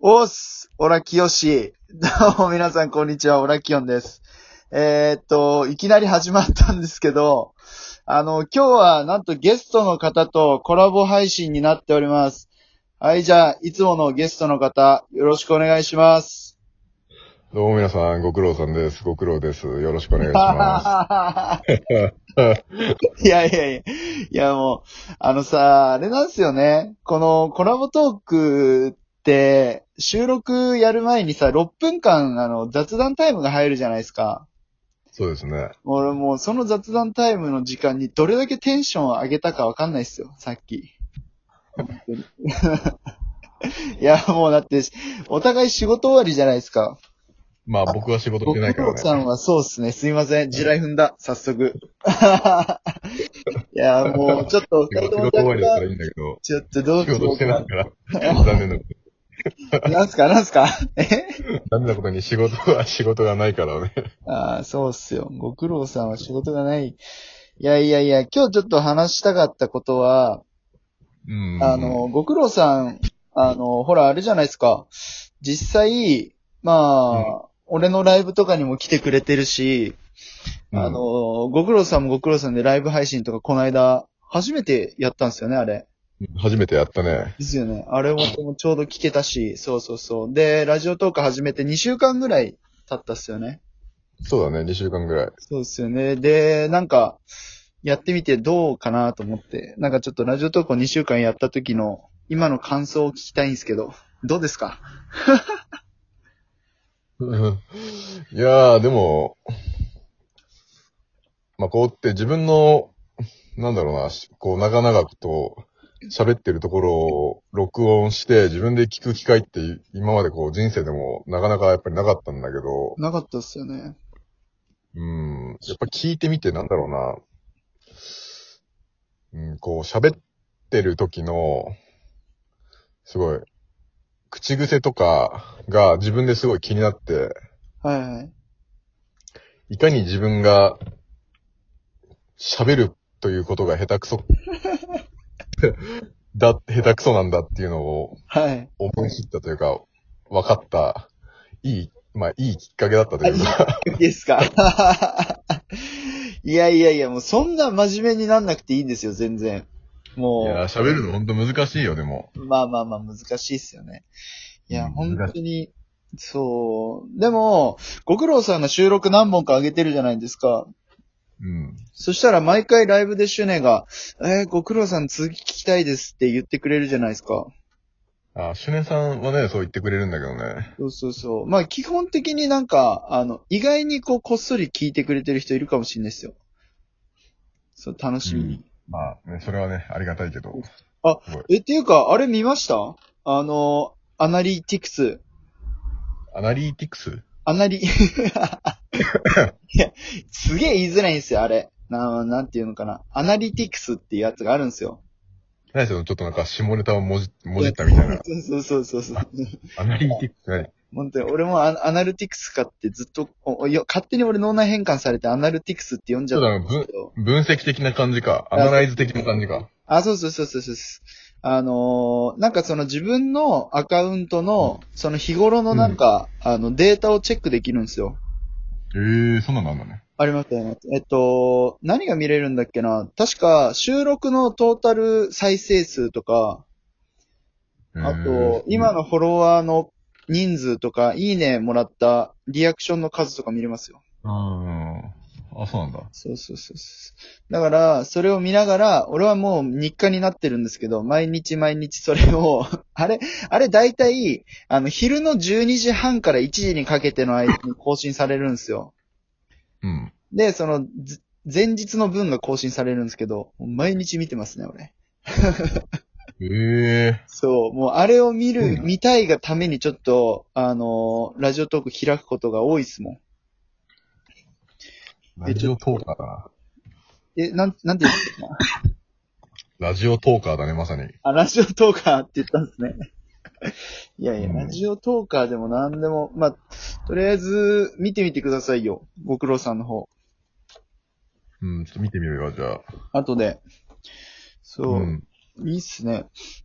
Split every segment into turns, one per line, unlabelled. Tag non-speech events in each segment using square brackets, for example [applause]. おーすオラキヨシどうも皆さんこんにちは、オラキヨンです。えー、っと、いきなり始まったんですけど、あの、今日はなんとゲストの方とコラボ配信になっております。はい、じゃあ、いつものゲストの方、よろしくお願いします。
どうも皆さん、ご苦労さんです。ご苦労です。よろしくお願い
[laughs]
しま
い
す。
やいやいや、いやもう、あのさ、あれなんですよね。このコラボトークって、収録やる前にさ、6分間、あの、雑談タイムが入るじゃないですか。
そうですね。
俺もうその雑談タイムの時間にどれだけテンションを上げたかわかんないっすよ、さっき。 [laughs] いや、もうだって、お互い仕事終わりじゃないですか。
まあ僕は仕事してないから
僕さん
ね。
はそうっすね。すいません。地雷踏んだ。早速。
[laughs]
いや、もうちょっと、
仕事仕事終わりだったらいいんだけど、
ちょっとどう
仕事してないから、残念な、
なんすかなんすかえ
残念なことに仕事は仕事がないからね。
ああ、そうっすよ。ご苦労さんは仕事がない。いやいやいや、今日ちょっと話したかったことは、
うん。
あの、、ご苦労さん、あの、ほら、あれじゃないですか。実際、まあ、
うん
俺のライブとかにも来てくれてるし、
うん
あの、、ご苦労さんもご苦労さんでライブ配信とかこの間、初めてやったんですよね、あれ。
初めてやったね。
ですよね。あれもちょうど聞けたし、そうそうそう。で、ラジオトーク始めて2週間ぐらい経ったっすよね。
そうだね、2週間ぐらい。
そうですよね。で、なんか、やってみてどうかなと思って、なんかちょっとラジオ投稿2週間やった時の、今の感想を聞きたいんですけど、どうですか
うんいやー、でも、まあこうって自分の、なんだろうな、しこう長々と喋ってるところを録音して自分で聞く機会ってい今までこう人生でもなかなかやっぱりなかったんだけど、
なかったっすよね。
うん、やっぱ聞いてみてなんだろうな、うん、こう喋ってる時の、すごい、口癖とかが自分ですごい気になって、
はいはい。
いかに自分が喋るということが下手く [laughs] そだ、下手くそなんだっていうのを
はい。
思い切ったというか、分かった、いい、まあいいきっかけだったというか、
いいですか [laughs] いやいやいや、もうそんな真面目になんなくていいんですよ、全然。
いや、
も
喋るの本当難しいよ、でも。
う、まあまあまあ難しいっすよね。いや、
うん
本当に、そう。でも、ご苦労さんが収録何本か上げてるじゃないですか。
うん。
そしたら毎回ライブでシュネが、えー、ご苦労さん続き聞きたいですって言ってくれるじゃないですか。
あ、シュネさんはね、そう言ってくれるんだけどね。
そうそうそう。まあ基本的になんか、あの、意外にこうこっそり聞いてくれてる人いるかもしれないですよ。そう、楽しみに。
まあね、それはね、ありがたいけど。
え、っていうか、あれ見ましたあの、アナリティクス。
アナリティクス
アナリ、い [laughs] や、すげえ言いづらいんですよ、あれ。な、なんていうのかな。アナリティクスっていうやつがあるんですよ。
何そのちょっとなんか下ネタをもじ、もじったみたいな。
そうそうそうそう。
アナリティクス何
本当に、俺もアアナルティクスかってずっと、おいや勝手に俺脳内変換されてアナルティクスって呼んじゃったんですけど。
分析的な感じか。アナライズ的な感じか。
あ、そうそうそうそうそう。あのーなんかその自分のアカウントの、その日頃のなんか、あのデータをチェックできるんですよ。
ええそんなのあんだね。
ありましたね。えっと、何が見れるんだっけな確か収録のトータル再生数とか、あと、今
の。
のフォロワーの人数とか、いいねもらったリアクションの数とか見れますよ。
うん。あ、そうなんだ。
そうそうそうそう。だから、それを見ながら、俺はもう日課になってるんですけど、毎日毎日それを、 [laughs] あれ、あれ大体、あの、昼の12時半から1時にかけての間に更新されるんですよ。
うん。
で、その、ず前日の分が更新されるんですけど、もう毎日見てますね、俺。
ええ
そう、もうあれを見る、
うん
見たいがためにちょっと、あのーラジオトーク開くことが多いですもん。
ラジオトーカーだな。
え、なん、なんて言うんですか
ラジオトーカーだね、まさに。
あ、ラジオトーカーって言ったんですね。 [laughs] いやいや、
うん
ラジオトーカーでも何でも、まあ、とりあえず見てみてくださいよ。ご苦労さんの方。
うん、ちょっと見てみようよ、じゃあ。
後で。そう、
ん。
いいっすね。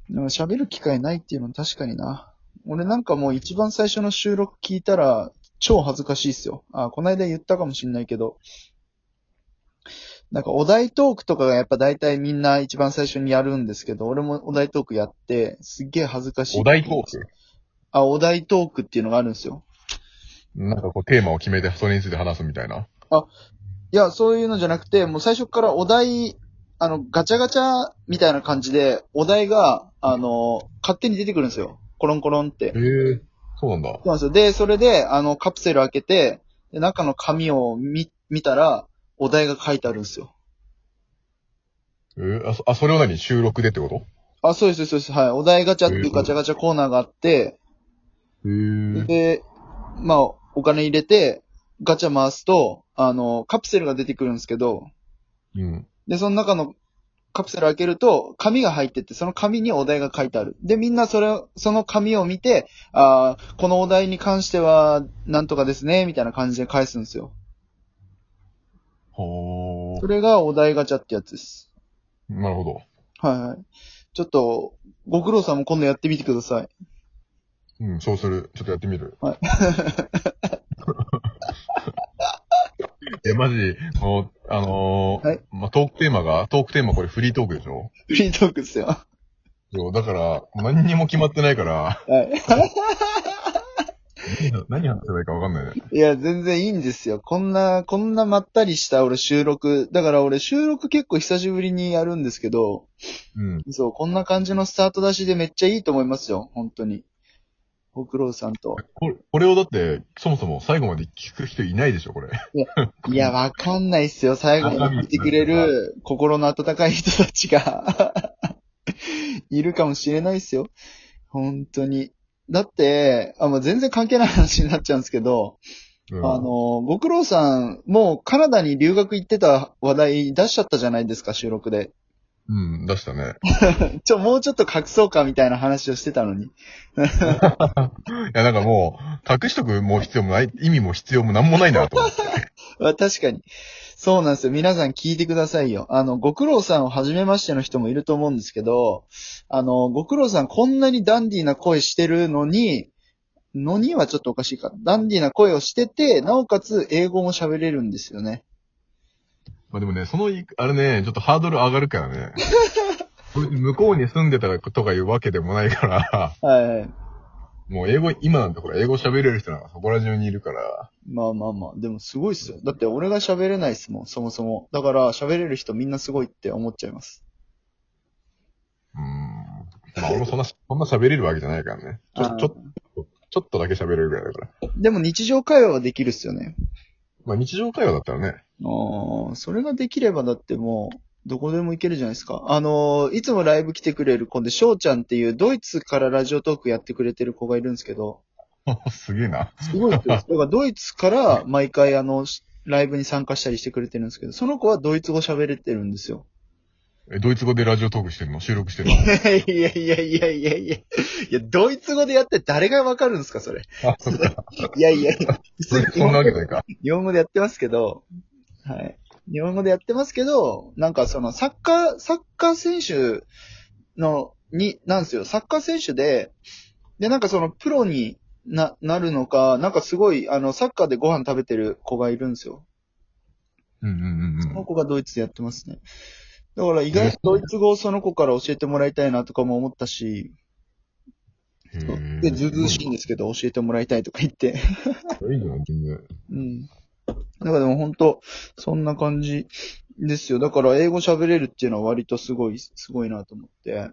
でも喋る機会ないっていうのは確かにな。俺なんかもう一番最初の収録聞いたら、超恥ずかしいっすよ。あ、この間言ったかもしんないけど。なんかお題トークとかがやっぱ大体みんな一番最初にやるんですけど、俺もお題トークやって、すっげえ恥ずかしい。
お題トーク
あ、お題トークっていうのがあるんですよ。
なんかこうテーマを決めてそれについて話すみたいな。
いや、そういうのじゃなくて、もう最初からお題、あの、ガチャガチャみたいな感じで、お題が、あの、勝手に出てくるんですよ。コロンコロンって。
へえそうなんだ
そう。なんですよ。で、それで、あの、カプセル開けて、で中の紙を見、見たら、お題が書いてあるんですよ。
えーあそ、あ、それを何収録でってこと
あ、そうです、そうです。はい。お題ガチャっていうガチャガチャコーナーがあって、
へえ。
で、まあ、お金入れて、ガチャ回すと、あの、カプセルが出てくるんですけど、
うん。
で、その中のカプセル開けると、紙が入ってて、その紙にお題が書いてある。で、みんなそれ、その紙を見て、あーこのお題に関しては、なんとかですね、みたいな感じで返すんですよ。
ほ
そ
ー。
れがお題ガチャってやつです。
なるほど。
はいはい。ちょっと、ご苦労さんも今度やってみてください。 [laughs]
うん、そうする。ちょっとやってみる。。
はい
え、マジ、もう、あのー
はい
まあ、トークテーマが、トークテーマこれフリートークでしょ
フリートークですよ。は
そう、だから、何にも決まってないから、何話せばいいかわかんないね。
い。いや、全然いいんですよ。こんな、こんなまったりした俺収録。だから俺収録結構久しぶりにやるんですけど、
うん。
そう、こんな感じのスタート出しでめっちゃいいと思いますよ、本当に。ご苦労さんと。
これ、これをだって、そもそも最後まで聞く人いないでしょ、これ。
いや、わかんないっすよ、最後まで聞いてくれる心の温かい人たちが、いるかもしれないっすよ。本当に。だって、あ、もう全然関係ない話になっちゃうんですけど、
うん、
あの、ご苦労さん、もうカナダに留学行ってた話題出しちゃったじゃないですか、収録で。
うん、出したね。
ちょ、もうちょっと隠そうかみたいな話をしてたのに。
いや、なんかもう、隠しとくも必要もない、意味も必要もなんもないなと思って。
まあ確かに。そうなんですよ。皆さん聞いてくださいよ。あの、ご苦労さんをはじめましての人もいると思うんですけど、あの、ご苦労さんこんなにダンディーな声してるのに、のにはちょっとおかしいか。ダンディーな声をしてて、なおかつ英語も喋れるんですよね。
まあでもね、そのい、あれね、ちょっとハードル上がるからね。 [laughs] 向こうに住んでたとかいうわけでもないから、
はい。
もう英語、今なんてこれ英語喋れる人なんかそこら中にいるから、
まあまあまあ、でもすごいっすよ。だって俺が喋れないっすもん、そもそも。だから喋れる人みんなすごいって思っちゃいます。
うーん。まあ俺もそんな、そんな喋れるわけじゃないからね。ちょ、
あー
ちょ、ちょっとだけ喋れるぐらいだから。
でも日常会話はできるっすよね。
まあ日常会話だったらね。 [laughs]
ああ、それができればだってもう、どこでも行けるじゃないですか。あのー、いつもライブ来てくれる子で、翔ちゃんっていうドイツからラジオトークやってくれてる子がいるんですけど、
すげえな。
すごい人 [laughs] です。だからドイツから毎回あの、しライブに参加したりしてくれてるんですけど、その子はドイツ語喋れてるんですよ。
え、ドイツ語でラジオトークしてるの収録し
[laughs]
てるの
いやいやいやいやいやいや、ドイツ語でやって誰がわかるんですか、それ。
あ、そっか。
いやいやいや、
そんなわけないか。
日本語でやってますけど、はい。日本語でやってますけど、なんかそのサッカー、サッカー選手の、に、なんですよ。サッカー選手で、で、なんかそのプロにな、なるのか、なんかすごい、あの、サッカーでご飯食べてる子がいるんですよ。
うんうん
そ
うんう
の
ん。
子がドイツでやってますね。だから意外とドイツ語をその子から教えてもらいたいなとかも思ったし、
へ
で、ずうずうしいんですけど、教えてもらいたいとか言って。
いいじゃん、全然。
うん。なんかでも本当、そんな感じですよ。だから英語喋れるっていうのは割とすごい、すごいなと思って。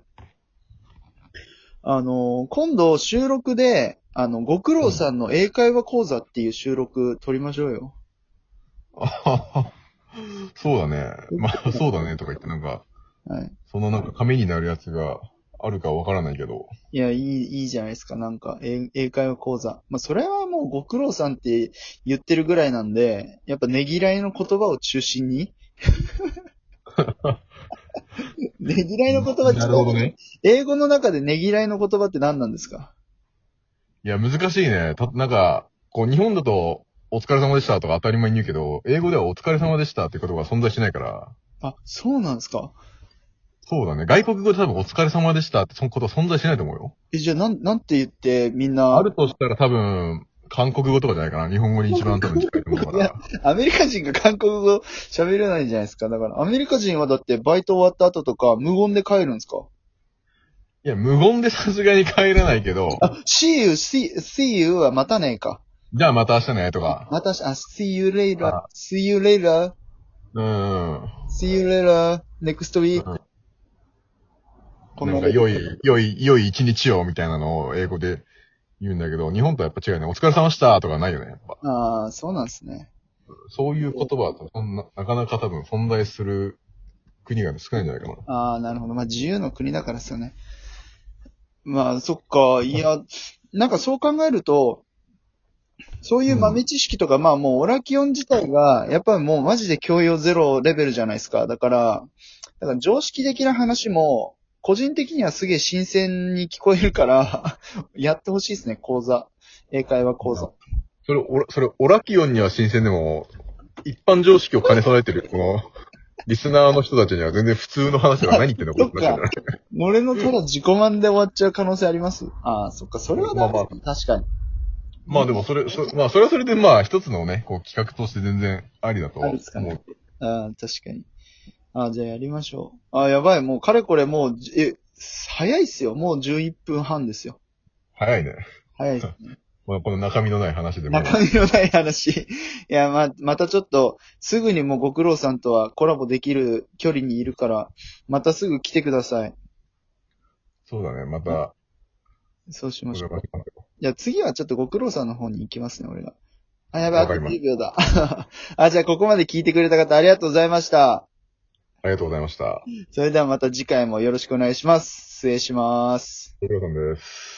あの、今度収録で、あの、ご苦労さんの英会話講座っていう収録撮りましょうよ。
あ [laughs] そうだね。まあ、そうだねとか言って、なんか、
はい。
そのなんか紙になるやつがあるかわからないけど。
いや、いい、いいじゃないですか。なんか、英英会話講座。まあ、それはもうご苦労さんって言ってるぐらいなんで、やっぱねぎらいの言葉を中心
[laughs]
に。ねぎらいの言葉
なるほどね。
英語の中でねぎらいの言葉って何なんですか
いや、難しいね。た、なんか、こう、日本だと、お疲れ様でしたとか当たり前に言うけど、英語ではお疲れ様でしたって言葉が存在しないから、
あ、そうなんですか
そうだね。外国語で多分お疲れ様でしたって、そのこと存在しないと思うよ。
え、じゃあ、なん、なんて言って、みんな、
あるとしたら多分、韓国語とかじゃないかな。日本語に一番多分近いと思うか
いや
ら。
アメリカ人が韓国語喋れないんじゃないですか。だから、アメリカ人はだって、バイト終わった後とか、無言で帰るんですか
いや、無言でさすがに帰らないけど、
あ、see you, see, see you はまたねえか。
じゃあまた明日ね、とか。
またし、あ、see you later,
あ
see you later,
うん。
see you later, next week.
うん
こ
なんか、良い、良い、良い一日を、みたいなのを英語で言うんだけど、日本とはやっぱ違うね。お疲れ様でしたとかないよね、やっぱ。
ああ、そうなんですね。
そういう言葉はそんな、なかなか多分存在する国が少ないんじゃないかな。
ああ、なるほど。まあ、自由の国だからですよね。まあ、そっか。いや、なんかそう考えると、そういう豆知識とか、まあもうオラキオン自体が、やっぱりもうマジで教養ゼロレベルじゃないですか。だから、だから常識的な話も、個人的にはすげえ新鮮に聞こえるから、 [laughs] やってほしいですね、講座。英会話講座。
それ、オラ、それ、オラキオンには新鮮でも、一般常識を兼ね備えてる、この、リスナーの人たちには全然普通の話だから何言ってんだ、こ
そっ
れ
か。俺のただ自己満で終わっちゃう可能性ありますああ、そっか。それはダメですね確かに。
まあでも、それ、そまあ、それはそれで、まあ、一つのね、こう、企画として全然ありだと
あ
思
り
う
ですかね。ああ、確かに。ああ、じゃあやりましょう。ああ、やばい。もう、かれこれもう、じえ、早いっすよ。もう11分半ですよ。
早いね。
早
[laughs]
いっすね。
まあ、この中身のない話でも。
中身のない話。いや、ま、またちょっと、すぐにもうご苦労さんとはコラボできる距離にいるから、またすぐ来てください。
そうだね、また、
そうし
こ
ま
れ
しょう。
はい
や、次はちょっとご苦労さんの方に行きますね、俺が。あ、やばい、あ
わ
と
かりました
10秒だ。 [laughs] あ、じゃあここまで聞いてくれた方ありがとうございました。
ありがとうございました。
それではまた次回もよろしくお願いします。失礼します。
お疲れ様です。